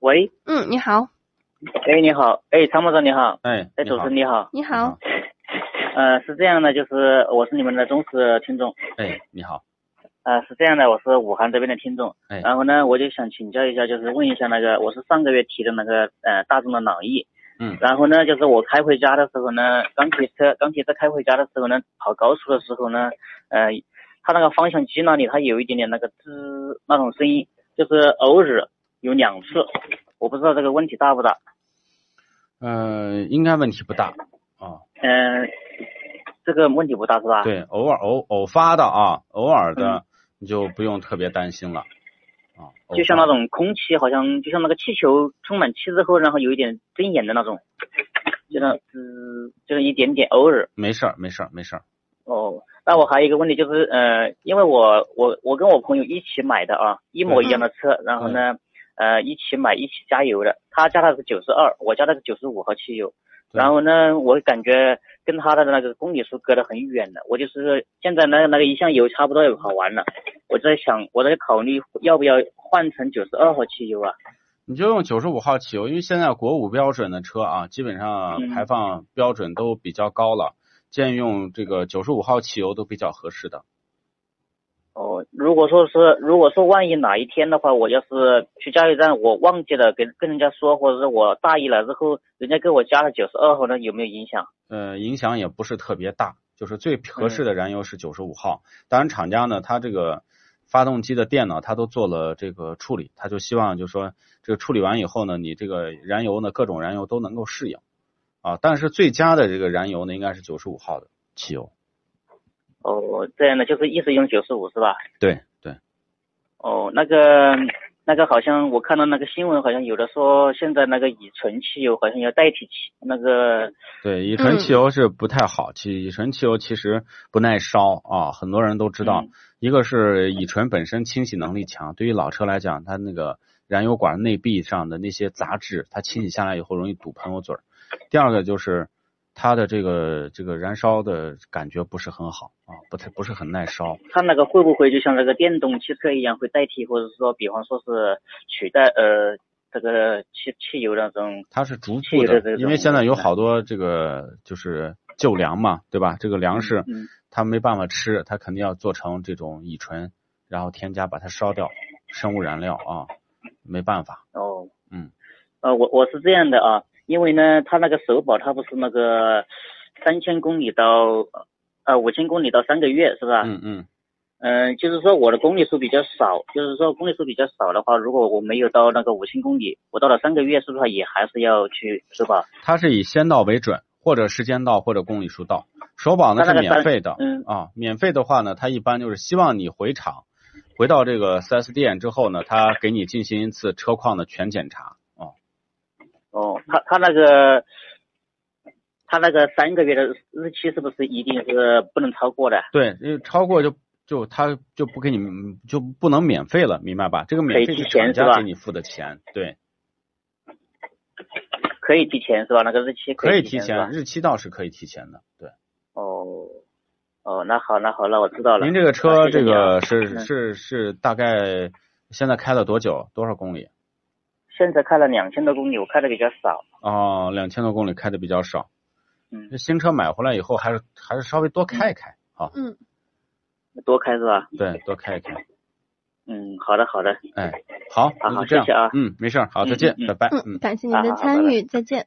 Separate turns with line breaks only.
喂，
嗯，你好，
哎，你好，哎，参谋长你好，
哎，
哎，主持人你好，
你好，，
呃，是这样的，就是我是你们的忠实听众，
哎，你好，
呃，是这样的，我是武汉这边的听众，
哎
然后呢，我就想请教一下，就是问一下那个，我是上个月提的那个呃大众的朗逸，
嗯
然后呢，就是我开回家的时候呢，刚骑车，刚骑车开回家的时候呢，跑高速的时候呢，呃，它那个方向机那里它有一点点那个吱那种声音，就是偶尔有两次，我不知道这个问题大不大，
呃，应该问题不大啊，
嗯，这个问题不大是吧？。
对，偶尔偶偶发的啊，偶尔的你就不用特别担心了啊，偶
就像
发
那
的
种空气，好像就像那个气球充满气之后，然后有一点睁眼的那种，就那滋，就是一点点，偶尔
没事儿没事儿没事儿，
哦。那我还有一个问题就是，呃，因为我我我跟我朋友一起买的啊，一模一样的车，然后呢，呃，一起买一起加油的，他加的是九十二，我加的是九十五号汽油，
对
然后呢，我感觉跟他的那个公里数隔得很远了，我就是现在那个那个一箱油差不多也跑完了，我在想我在考虑要不要换成九十二号汽油啊。
你就用九十五号汽油，因为现在国五标准的车啊，基本上
嗯
排放标准都比较高了，建议用这个九十五号汽油都比较合适的。
哦，如果说是，如果说万一哪一天的话，我要是去加油站，我忘记了跟跟人家说，或者是我大意了之后，人家给我加了九十二号，那有没有影响？
呃，影响也不是特别大，就是最合适的燃油是九十五号。当然，厂家呢，它这个发动机的电脑它都做了这个处理，它就希望就是说这个处理完以后呢，你这个燃油呢，各种燃油都能够适应啊。但是最佳的这个燃油呢，应该是九十五号的汽油。
哦，这样的就是一直用九十五是吧？
对对，
哦，那个那个好像我看到那个新闻，好像有的说现在那个乙醇汽油好像要代替汽那个
对，乙醇
嗯
汽油是不太好，其乙醇汽油其实不耐烧啊，很多人都知道。
嗯
一个是乙醇本身清洗能力强，对于老车来讲，它那个燃油管内壁上的那些杂质，它清洗下来以后容易堵喷油嘴儿。第二个就是它的这个这个燃烧的感觉不是很好啊，不太不是很耐烧。
它那个会不会就像那个电动汽车一样，会代替或者说，比方说是取代呃这个汽汽油那种？
它是逐
这
步
个这
的，因为
种
现在有
嗯
好多这个就是旧粮嘛，对吧？这个粮食
嗯
它没办法吃，它肯定要做成这种乙醇，然后添加把它烧掉，生物燃料啊，没办法。
哦，
嗯，
呃，我我是这样的啊，因为呢，它那个首保它不是那个三千公里到呃五千公里到三个月是吧？
嗯嗯，
嗯、就是说我的公里数比较少，就是说公里数比较少的话，如果我没有到那个五千公里，我到了三个月是不是也还是要去首保？
它是以先到为准，或者时间到，或者公里数到。首保呢
它那
是
个
免
三
费的，
嗯
啊，免费的话呢，它一般就是希望你回厂，回到这个 4S 店之后呢，它给你进行一次车况的全检查。哦，
哦，他他那个，他那个三个月的日期是不是一定是不能超过的？
对，因为超过就就他就不给你就不能免费了，明白吧？这个免
可以
费
提
是厂
前是
家
吧
给你付的钱，对，
可以提前是吧？那个日期
可以
以
提
前是吧
前，日期倒是可以提前的，对。
哦，哦，那好，那好，那我知道了。
您这个
啊
车
谢谢
这
你啊
个是
嗯
是是大概现在开了多久？多少公里？
现在开了两千多公里，我开的比较少。
哦，两千多公里开的比较少。
嗯
这，新车买回来以后还是还是稍微多开一开，好，
嗯，
多开是吧？
对，多开一开，
嗯，好的，好的。
哎，好，
好
那
好
就这样
谢谢啊
嗯，没事儿，好，再见
嗯嗯，嗯
拜拜，
嗯，感谢您
啊好
的
好
参
拜拜
与，再见。